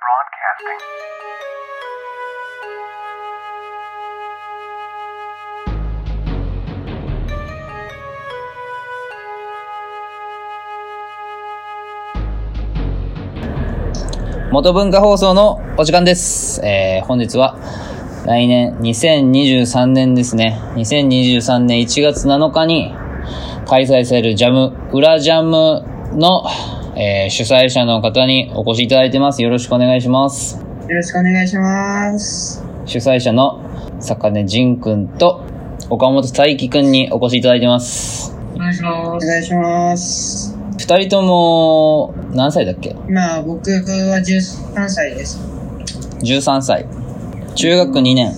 Podcasting. 「元文化放送」のお時間です、えー本日は来年2023年ですね2023年1月7日に開催されるジャム裏ジャムの、えー主催者の方にお越しいただいてますよろしくお願いしますよろしくお願いします。主催者の坂根仁くんと岡本大輝くんにお越しいただいてますお願いします。お願いします。二人とも何歳だっけ今、僕は13歳です。 13歳中学2年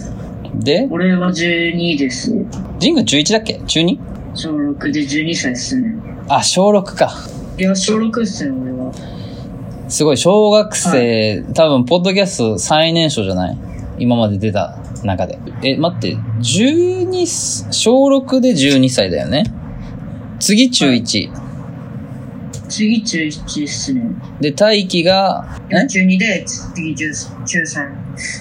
で俺は12です。仁くん中1だっけ中 2? 小6で12歳ですね。あ小6かいや、小6っすね、俺は。すごい、小学生、多分、ポッドキャスト最年少じゃない今まで出た中で。え、待って、12す、小6で12歳だよね次中1。次中1っすね。で、大輝が、今中2で、次中中3。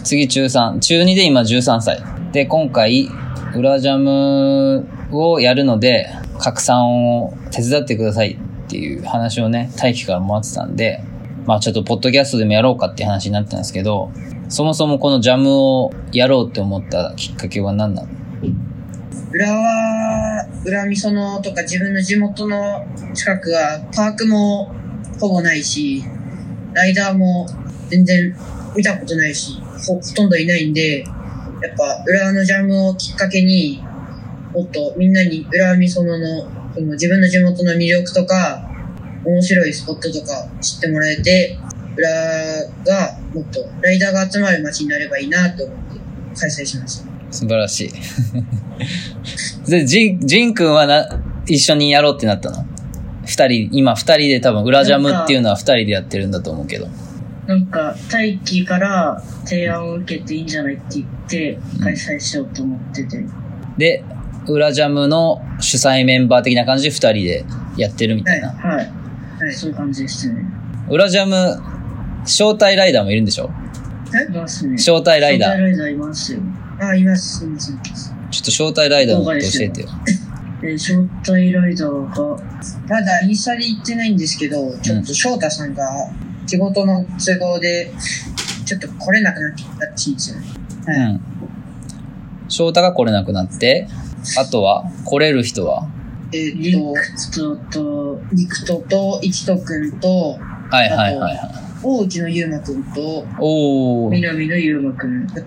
次中3。中2で今13歳。で、今回、裏ジャムをやるので、拡散を手伝ってくださいっていう話をね、大輝からもらってたんで、まあちょっとポッドキャストでもやろうかっていう話になったんですけど、そもそもこのジャムをやろうって思ったきっかけは何なの裏は、裏味噌のとか自分の地元の近くは、パークもほぼないし、ライダーも全然見たことないし、ほほとんどいないんで、やっぱ裏のジャムをきっかけに、もっとみんなに裏味噌ののその自分の地元の魅力とか、面白いスポットとか知ってもらえて、裏がもっとライダーが集まる街になればいいなと思って開催しました。素晴らしい。 で、ジン、ジンくんはな、一緒にやろうってなったの二人、今二人で多分、裏ジャムっていうのは二人でやってるんだと思うけど。なんか、大輝から提案を受けていいんじゃないって言って、開催しようと思ってて。で、裏ジャムの主催メンバー的な感じで2人でやってるみたはいい、な。はい。はい、そういう感じですね。裏ジャム、招待ライダーもいるんでしょいますね。招待ライダー招待ライダーいますよ。あ、います、います、います。ちょっと招待ライダーのこと教えてよ。えー、招待ライダーが、まだインスタで行ってないんですけど、ちょっと翔太さんが仕事の都合で、ちょっと来れなくなったらしいんですよね。うはい。ん。翔太が来れなくなって、あとは、来れる人はえーリっクトと、と、陸斗と、一斗くんと、はいはいはいはい。大内のゆうまくんと、おー、南のゆうまくん。と、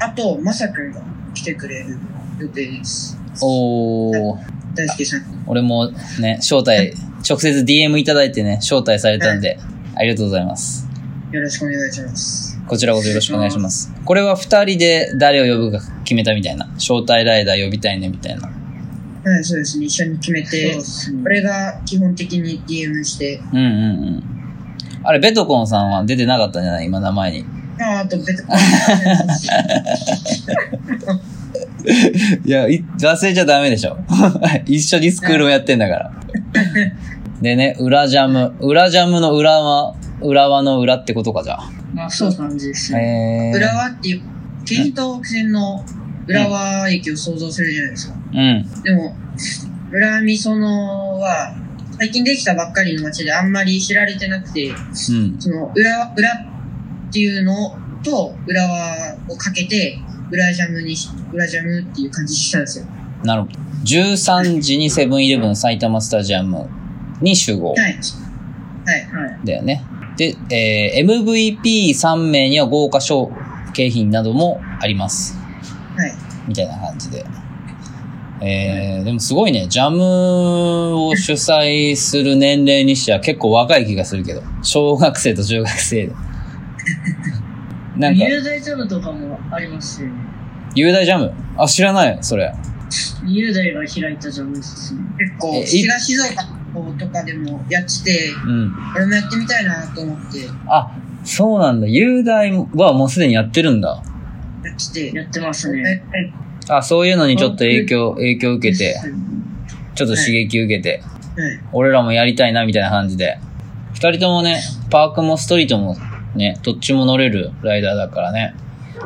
あと、まさくんが来てくれる予定です。おー。大輔さん。俺もね、招待、直接 DM いただいてね、招待されたんで、ありがとうございます。よろしくお願いします。こちらこそよろしくお願いします。これは二人で誰を呼ぶか決めたみたいな。招待ライダー呼びたいねみたいな。はい、そうですね。一緒に決めてそうっ、すねこれが基本的に DM して、うんうんうん。あれ、ベトコンさんは出てなかったんじゃない今、名前に。ああと 別に。 いや、い忘れちゃダメでしょ。 一緒にスクールをやってんだから。 でね、裏ジャム。裏ジャムの裏は、裏輪の裏ってことかじゃまあ、そういう感じですあ。ね。へー浦和っていう、京浜東北線の浦和駅を想像するじゃないですか。うん。でも、浦和美園は、最近できたばっかりの街であんまり知られてなくて、うん。その、裏は、裏っていうのと、裏はをかけて、裏ジャムにし、裏ジャムっていう感じにしたんですよ。なるほど。13時にセブンイレブン埼玉スタジアムに集合。はい。はい。はい。だよね。で、え MVP3 名には豪華賞景品などもあります。はい。みたいな感じで。えー、でもすごいね、ジャムを主催する年齢にしては結構若い気がするけど。小学生と中学生で。なんか、雄大ジャムとかもありますよね。雄大ジャムあ、知らない、それ。雄大が開いたジャムですね。結構、えい東静岡の方とかでもやってて、うん。俺もやってみたいなと思って、やあ、そうなんだ。雄大はもうすでにやってるんだ。ってて、やってますえね。えあ、そういうのにちょっと影響、影響受けて、ちょっと刺激受けて。はい。俺らもやりたいなみたいな感じで。二人ともね、パークもストリートもね、どっちも乗れるライダーだからね。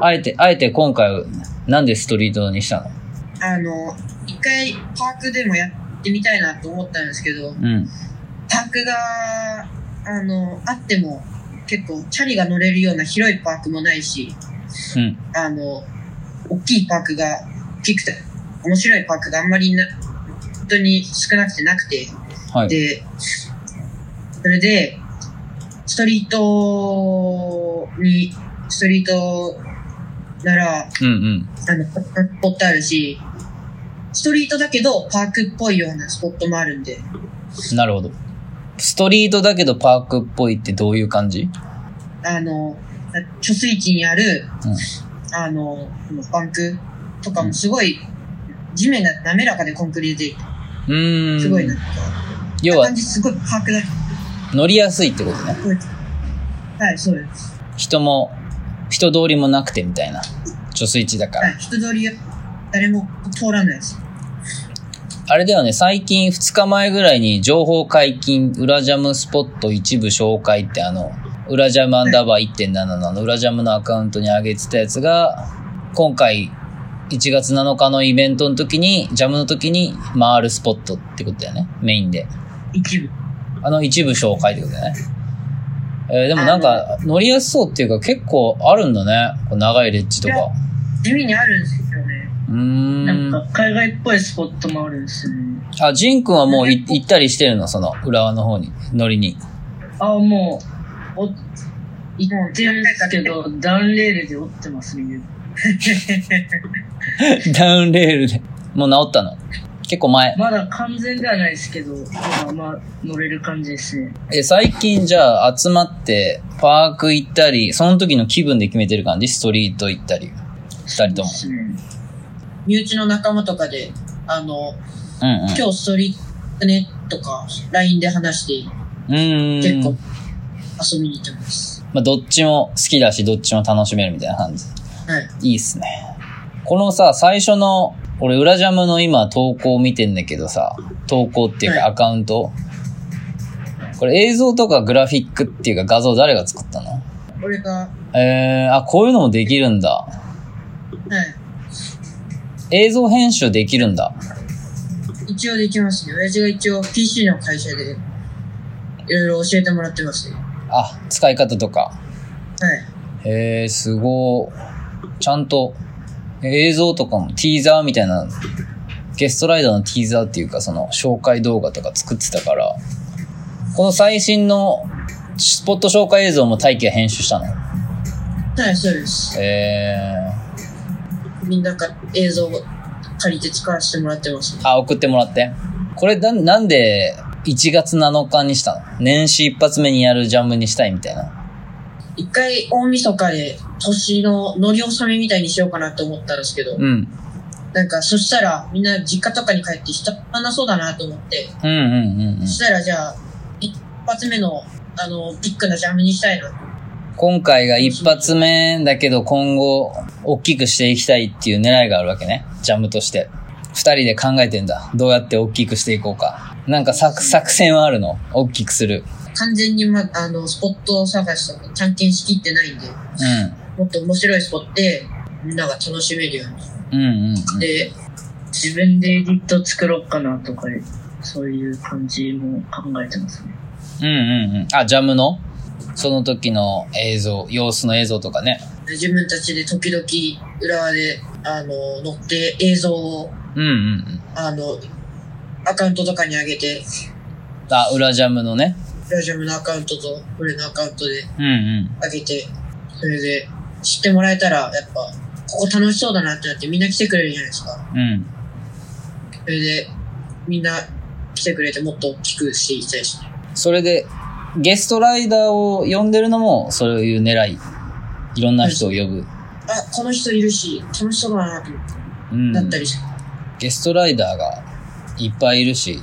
あえて、あえて今回、なんでストリートにしたのあの、一回パークでもやってみたいなと思ったんですけど、うん。パークが、あの、あっても、結構、チャリが乗れるような広いパークもないし、うん。あの、大きいパークが、大きくて、面白いパークがあんまりな、本当に少なくてなくて、はい。で、それで、ストリートに、ストリートなら、うんうん。あの、パークスポットあるし、ストリートだけど、パークっぽいようなスポットもあるんで、なるほど。ストリートだけどパークっぽいってどういう感じあの、貯水池にある、うんあの、バンクとかもすごい、地面が滑らかでコンクリで、うーん。すごいな。要は感、じすごいパークだけ乗りやすいってことね。どはい、そうです。人も、人通りもなくてみたいな。貯水池だから。はい、人通りが誰も通らないです。あれだよね、最近2日前ぐらいに情報解禁、裏ジャムスポット一部紹介ってあの、裏ジャムアンダーバー1.7のあの裏ジャムのアカウントに上げてたやつが、今回1月7日のイベントの時に、ジャムの時に回るスポットってことだよね、メインで。一部。あの一部紹介ってことだよね。えーでもなんか乗りやすそうっていうか結構あるんだね。こう長いレッジといやか。地味にあるんですよね。うなんーん。か海外っぽいスポットもあるんですよね。あ、ジンくんはもうい行ったりしてるのその浦和の方に、乗りに。ああ、もう、お、行ってるんですけど、ダウンレールで折ってますね。 ダウンレールで。もう治ったの。結構前。まだ完全ではないですけど、まあまあ乗れる感じですね。え、最近じゃあ集まって、パーク行ったり、その時の気分で決めてる感じストリート行ったり。二人とも。そうですね身内の仲間とかで、あうの、んうん。今日ストリートね、とか、LINE で話して、う結ー構ん。遊びに行ってます。まあ、どっちも好きだし、どっちも楽しめるみたいな感じ。はい。いいっすね。このさ、最初の、俺、裏ジャムの今投稿見てんだけどさ、投稿っていうかはいアカウント。これ映像とかグラフィックっていうか画像誰が作ったのこれが、はえー、あ、こういうのもできるんだ。映像編集できるんだ。い。一応できますね。親父が一応 PC の会社で、いろいろ教えてもらってますね。はあ、使い方とか。い。へえー、すごい。ちゃんと、映像とかもティーザーみたいな、ゲストライダーのティーザーっていうか、その紹介動画とか作ってたから、この最新のスポット紹介映像も大輝が編集したの。はい、そうです。えー、みんなから映像を借りて使わせてもらってますね。あ、送ってもらって。これな、なんで1月7日にしたの年始一発目にやるジャムにしたいみたいな。一回大晦日で年の乗り納めみたいにしようかなと思ったんですけど、うん。なんかそしたらみんな実家とかに帰って下っなそうだなと思って、うんうんうんうんそ。したらじゃあ、一発目の、あの、ビッグなジャムにしたいな。今回が一発目だけど今後大きくしていきたいっていう狙いがあるわけね。ジャムとして。二人で考えてんだ。どうやって大きくしていこうか。なんか作作戦はあるの大きくする。完全に、ま、あの、スポットを探しとか、探検しきってないんで、う。もっと面白いスポットで、みんなが楽しめるよううんんうんうん。に。で、自分でエディット作ろうかなとか、そういう感じも考えてますね。うんうんうん。あ、ジャムのその時の映像、様子の映像とかね。自分たちで時々、浦和で、あの、乗って映像を、うんうんうん。あの、アカウントとかに上げて、あ、裏ジャムのね。ラジアムのアカウントと、俺のアカウントでうんうん。上げて、それで、知ってもらえたら、やっぱ、ここ楽しそうだなってなって、みんな来てくれるじゃないですか。うん。それで、みんな来てくれて、もっと大きくしていきたいですね。それで、ゲストライダーを呼んでるのもそういう狙い。いろんな人を呼ぶ。あ、この人いるし、楽しそうだなと思って、うん。だったりして、ゲストライダーがいっぱいいるし、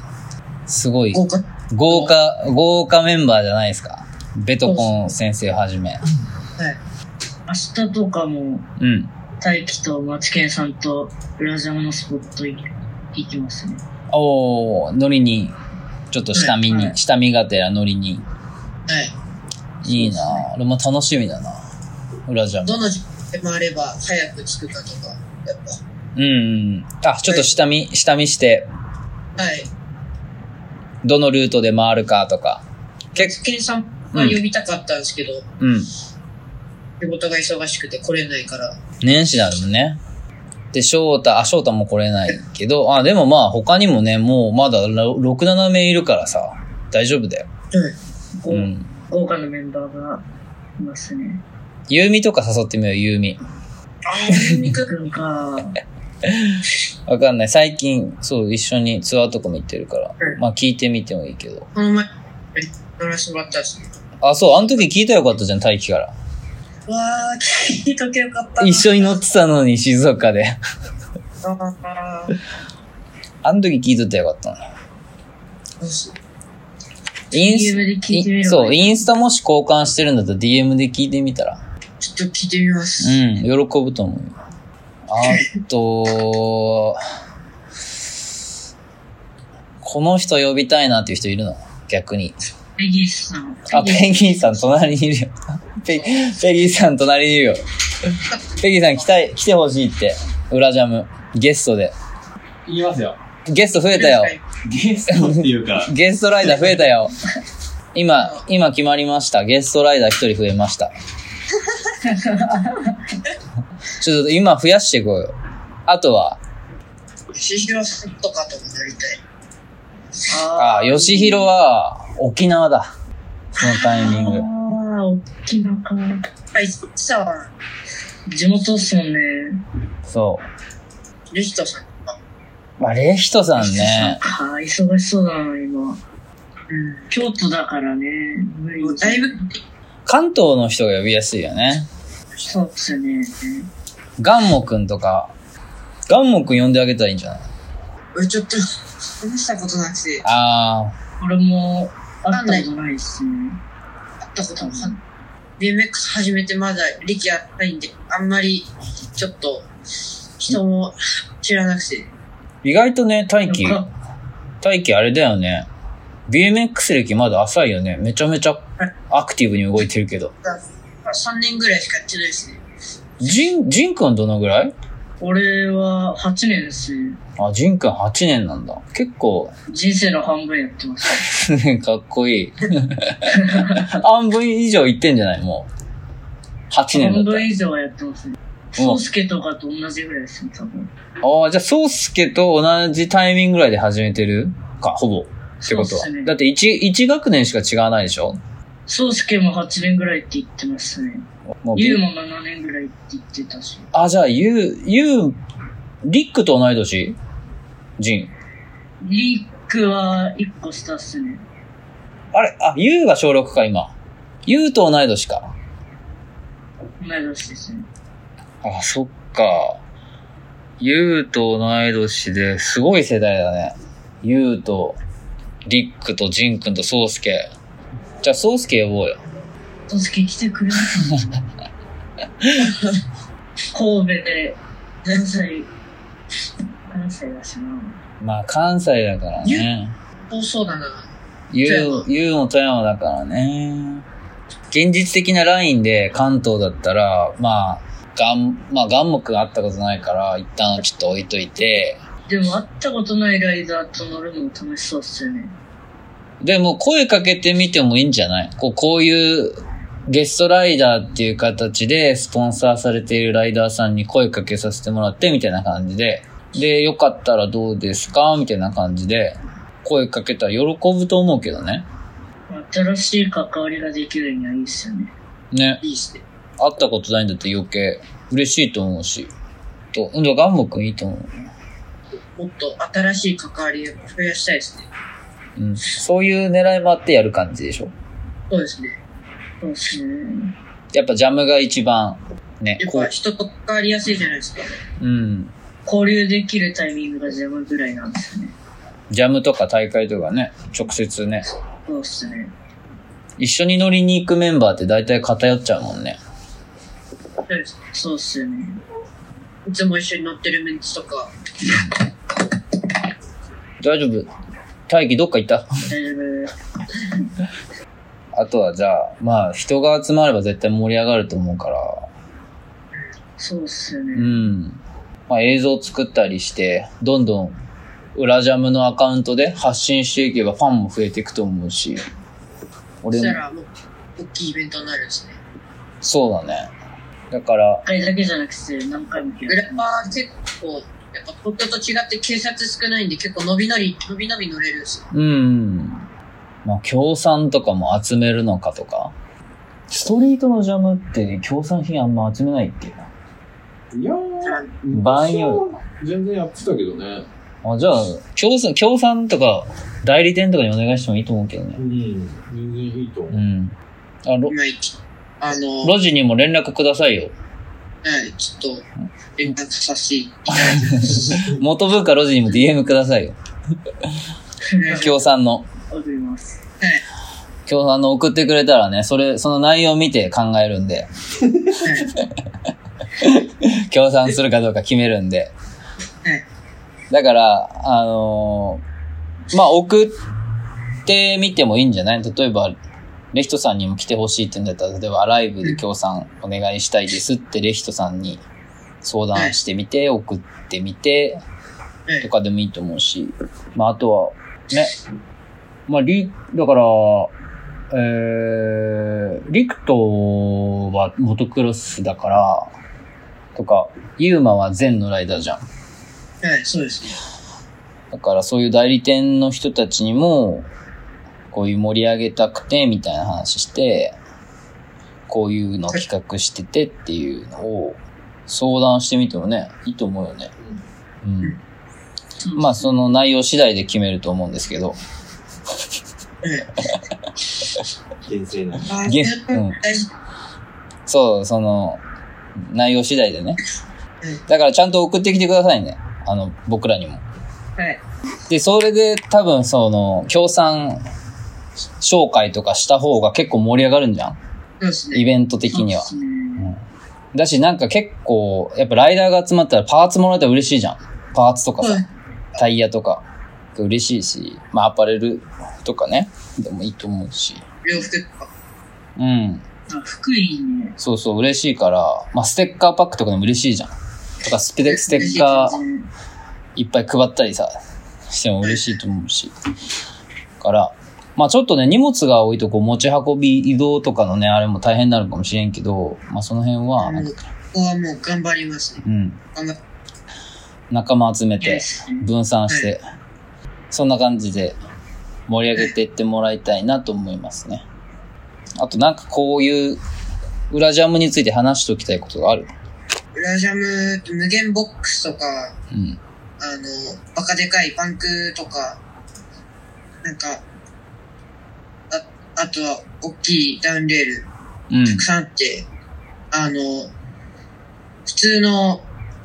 すごい豪華。豪華、豪華メンバーじゃないですか。ベトコン先生はじめ。はい。明日とかも、うん。大輝とマチケンさんと裏ジャムのスポット行行きますね。おー、ノリに、ちょっと下見に、はいはい下見がてらノリにはい。いいな俺も楽しみだな。裏ジャム。どの時間でもあれば早く着くかとか、やっうんうん。あ、ちょっと下見、下見して、ぱ。はい。どのルートで回るかとか。結ケンさんは呼びたかったんですけど、構、うん。仕事が忙しくて来れないから。年始だもんね。で、翔太、あ、翔太も来れないけど、あ、でもまあ他にもね、もうまだ6、7名いるからさ、大丈夫だよ。うん。豪うん。豪華なメンバーがいますね。ゆうみとか誘ってみよう、ゆうみ。あー、ミク君か。わかんない。最近、そう、一緒にツアーとかも行ってるからう、んまあ聞いてみてもいいけど。この前、乗らせてもらったんですよ。あ、そう、あの時聞いたらよかったじゃん、大輝から。わー、聞いとけよかったな。一緒に乗ってたのに、静 岡で。あーあの時聞いとったらよかったな。どうしよイン DM で聞いてみればいいインそう、インスタもし交換してるんだったら DM で聞いてみたら。うちょっと聞いてみます。うん、喜ぶと思うよ。あと、この人呼びたいなっていう人いるの逆に。ペギーさん。あ、ペギーさん隣にいるよ。 ペペギーさん隣にいるよ。ペギーさん来たい、来てほしいって。裏ジャム。ゲストで。言いますよ。ゲスト増えたよ。、ゲストっていうかゲストライダー増えたよ。今、今決まりました。ゲストライダー一人増えました。ちょっと今増やしていこうよ。あとは、しひろさんとかともなりたい。ああ、ヨシヒロは沖縄だ。そのタイミング。ああ、沖縄か。はい、さは、地元っすもんね。そリヒトさんとか。う。まあ、レヒトさんね。ああ、忙しそうだな、今。う京都だからね。無理ん。もうだいぶ、関東の人が呼びやすいよね。そうっすよね。ガンモくんとか。ガンモくん呼んであげたらいいんじゃない俺ちょっと、話したことなくて、ああ、これも、会ったことないっすね。会ったこともは、BMX 始めてまだ歴あったいんで、あんまり、ちょっと、人も知らなくて。意外とね、大輝よ、か大輝あれだよね。BMX 歴まだ浅いよね。めちゃめちゃアクティブに動いてるけど。 3年ぐらいしかやってないですね。ジン、ジンくんどのぐらい俺は8年ですね。あ、ジンくん8年なんだ。結構、人生の半分やってました。かっこいい。 半分以上いってんじゃないもう。8年だ半った分以上はやってますね。宗介とかと同じぐらいですね、多分。ら。ああ、じゃあ、ソウスケと同じタイミングぐらいで始めてるか、ほぼ。ってことは。そうっすねだって1、一学年しか違わないでしょ宗介も8年ぐらいって言ってましたね。もうゆうも7年ぐらいって言ってたし。あ、じゃあ、ゆう、ゆう、リックと同い年ジン。リックは1個下っすね。あれ、あ、ゆうが小6か、今。ゆうと同い年か。同い年ですね。あ、そっか。ゆうと同い年で、すごい世代だね。ゆうと、りっくとじんくんとそうすけ。じゃあ、そうすけ呼ぼうよ。宗介来てくれないかな 神戸で何歳、何歳だしな。まあ、関西だからね。多そうだな。ゆ富う山、ゆうも富山だからね。現実的なラインで関東だったら、まあ、がん、まあ、がんもくん会ったことないから、一旦ちょっと置いといて、でも会ったことないライダーと乗るのも楽しそうっすよね。でも声かけてみてもいいんじゃないこうこういうゲストライダーっていう形でスポンサーされているライダーさんに声かけさせてもらってみたいな感じで、で、よかったらどうですかみたいな感じで声かけたら喜ぶと思うけどね。新しい関わりができるにはいいっすよね。ね。いいっすね。会ったことないんだって余計嬉しいと思うし。と、うんと、ガンモ君いいと思う。もっと新しい関わりを増やしたいですね。うん。そういう狙いもあってやる感じでしょそうですね。そうっすね。やっぱジャムが一番、ねや、っこぱう、人と関わりやすいじゃないですか。うん。交流できるタイミングがジャムぐらいなんですよね。ジャムとか大会とかね、直接ね、そうっすね。一緒に乗りに行くメンバーって大体偏っちゃうもんね。そうですねそうっすよね。いつも一緒に乗ってるメンツとか、大丈夫大輝どっか行った大丈夫。あとはじゃあ、まあ人が集まれば絶対盛り上がると思うから、そうっすようね。ん。まあ映像作ったりして、どんどん裏ジャムのアカウントで発信していけばファンも増えていくと思うし、そ俺したも、らもう大きいイベントになるんですねそうだね。だから一、回だけじゃなくて何回も聞い浦和は結構やっぱ東京と違って警察少ないんで結構伸びのり伸び伸び乗れるんですようん。まあ協賛とかも集めるのかとか。ストリートのジャムって協賛品あんま集めないっていういやー、場合によ全然やってたけどね。あ、じゃあ、協賛、協賛とか代理店とかにお願いしてもいいと思うけどねう。ん。全然いいと思うう。ん。あ、ロ、今一あのロジにも連絡くださいよ。はいちょっと連絡させてい元文化ロジにも DM くださいよ。ただきま協賛の。たことあります。すはい協賛の送ってくれたらね、それ、その内容を見て考えるんで。協賛するかどうか決めるんで。はいだから、あのーまあ、送ってみてもいいんじゃない例えば、レヒトさんにも来てほしいって言うんだったら、例えば、ライブで協賛お願いしたいですって、レヒトさんに相談してみて、送ってみて、はいとかでもいいと思うし、まあ、あとは、ね、まあ、リ、だから、えー、リクトはモトクロスだから、とか、ユーマは全のライダーじゃん。はいそうですねだからそういう代理店の人たちにも、こういう盛り上げたくてみたいな話して、こういうの企画しててっていうのを相談してみてもね、いいと思うよね。うん。まあその内容次第で決めると思うんですけど。厳正な。あゲーうん大事そう、その、内容次第でねう。だからちゃんと送ってきてくださいね。あの、僕らにも。はいで、それで多分その、協賛紹介とかした方が結構盛り上がるんじゃんそうですイねベント的には。そうっすねだし、なんか結構、やっぱライダーが集まったらパーツもらえたら嬉しいじゃん。パーツとかさはい、タイヤとか、嬉しいし、まあアパレルとかね、でもいいと思うし。洋服とかうん。あ福井ね。そうそう、嬉しいから、まあステッカーパックとかでも嬉しいじゃん。とかスペステッカーいっぱい配ったりさ、しても嬉しいと思うし。だから、まあちょっとね、荷物が多いとこう持ち運び移動とかのね、あれも大変になるかもしれんけど、まあその辺は、なんもうかここはもう頑張りますねうん、頑張っ仲間集めてで、すね分散して、そんな感じで盛り上げていってもらいたいなと思いますね。あとなんかこういう裏ジャムについて話しておきたいことがある。ウラジャムって無限ボックスとかうん。あの、バカでかいパンクとか、なんか、あ、あとは、大きいダウンレール、うん。たくさんあって、あの、普通の、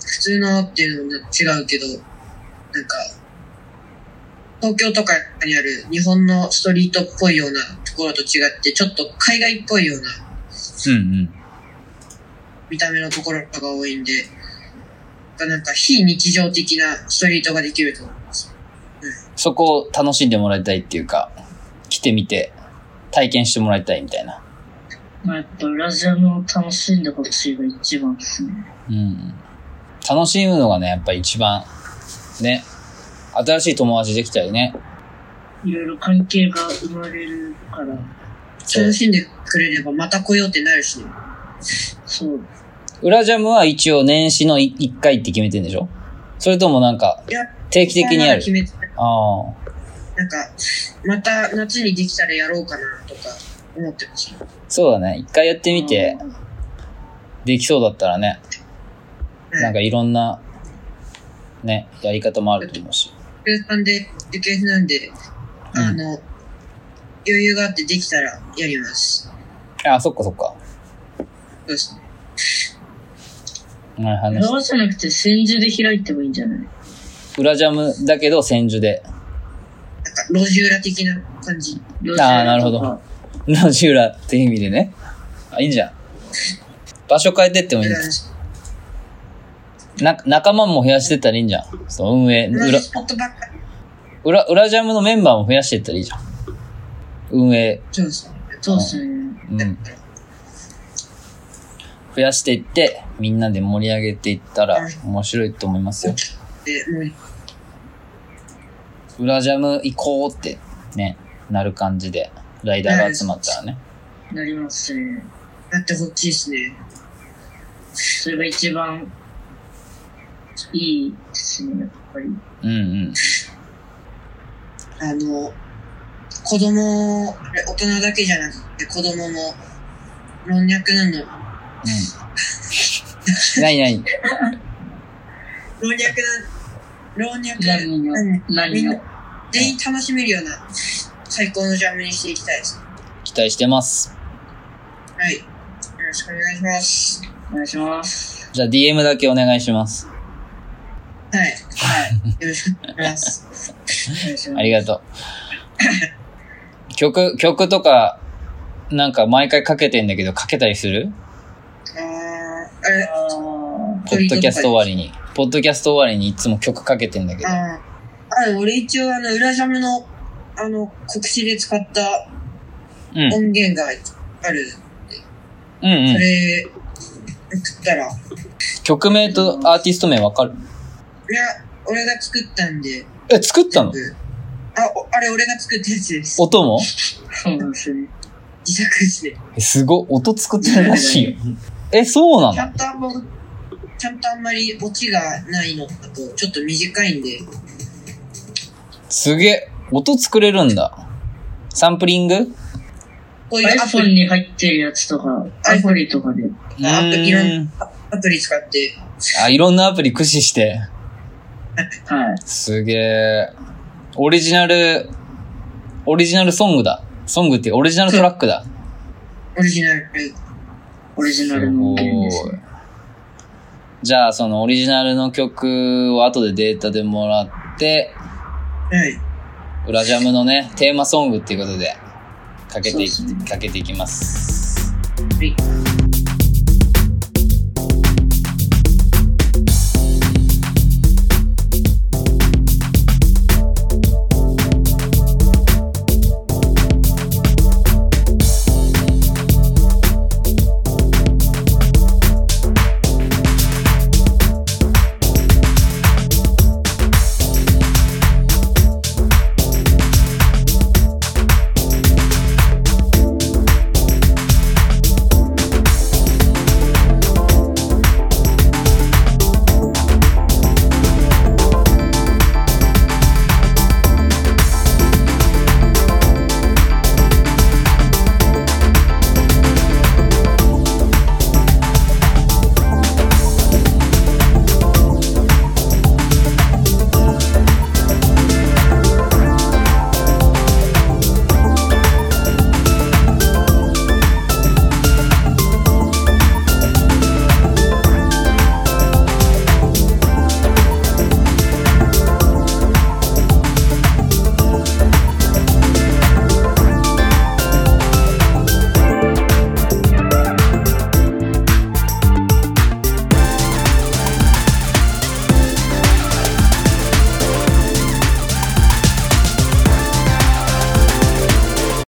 普通のっていうのも違うけど、なんか、東京とかにある日本のストリートっぽいようなところと違って、ちょっと海外っぽいようなうん見た目のところが多いんで、なんか非日常的なストリートができると思います。うん。そこを楽しんでもらいたいっていうか、来てみて体験してもらいたいみたいな。まあやっぱラジアムを楽しんでほしいが一番ですね。うん。楽しむのがね、やっぱり一番、ね。新しい友達できたりね。いろいろ関係が生まれるから、そう楽しんでくれればまた来ようってなるしね。そう。裏ジャムは一応年始の1回って決めてんでしょそれともなんかいや、定期的にまやだる決めてないああ。なんか、また夏にできたらやろうかなとか思ってます。はそうだね。一回やってみて、できそうだったらね、いなんかいろんな、ね、やり方もあると思うし。中3で受験なんで、あの、余裕があってできたらやります。あ、そっかそっか。そうですね。前話し裏じゃなくて千住で開いてもいいんじゃないた裏ジャムだけど千住で。なんか、路地裏的な感じ。路地な裏るほとどか路地裏って意味でね。あ、いいじゃん。場所変えてってもいいん裏だのスな仲間も増やしてったらいいんじゃん。その運営、裏裏の、スポットばっかり。裏、裏ジャムのメンバーも増やしてったらいいじゃん。運営そうですね。そうっすね。うん。増やしていって、みんなで盛り上げていったら面白いと思いますよ。で、もう、裏ジャム行こうってね、なる感じで、ライダーが集まったらね。なりますね。なってほしいですね。それが一番いいですね、やっぱり。うんうん。 あの、子供、大人だけじゃなくて子供も、老若男女、うん。ないない。老若男女、老若何を、みん何なを。全員楽しめるような最高のジャムにしていきたいです。期待してます。はい。よろしくお願いします。お願いします。じゃあ DM だけお願いします。はい。はい。よろしくお願いします。お願いしまありがとう。曲、曲とか、なんか毎回かけてんだけど、かけたりするあー、あれ、す。あポッドキャスト終わりに。ポッドキャスト終わりにいつも曲かけてんだけど。あー、あ、俺一応あの、裏ジャムの、あの、告知で使ったうん。音源がある。うんうそん。れ、送ったら、い曲名とアーティスト名わかるや、俺が作ったんで、え、作った全の部。あ、おあれ俺が作ったやつです。音もーそうなんですね。自作ですね。えすごい。音作ってるらしいよ。え、そうなちゃのんとあんま、ちゃんとあんまりオチがないのだと、ちょっと短いんで、すげえ。音作れるんだ。サンプリングうこういうアプ iPhone リ、に入ってるやつとか、 iPhone アプリとかで。アプリーん。アプリ使って、あ、いろんなアプリ駆使して。はい。すげえ。オリジナル、オリジナルソングだ。ソングっていうオリジナルトラックだ。オリジナル。オリジナルの音源ですね。じゃあ、そのオリジナルの曲を後でデータでもらって、はい。裏ジャムのね、テーマソングっていうことで、かけていそうですねかけていきます。はい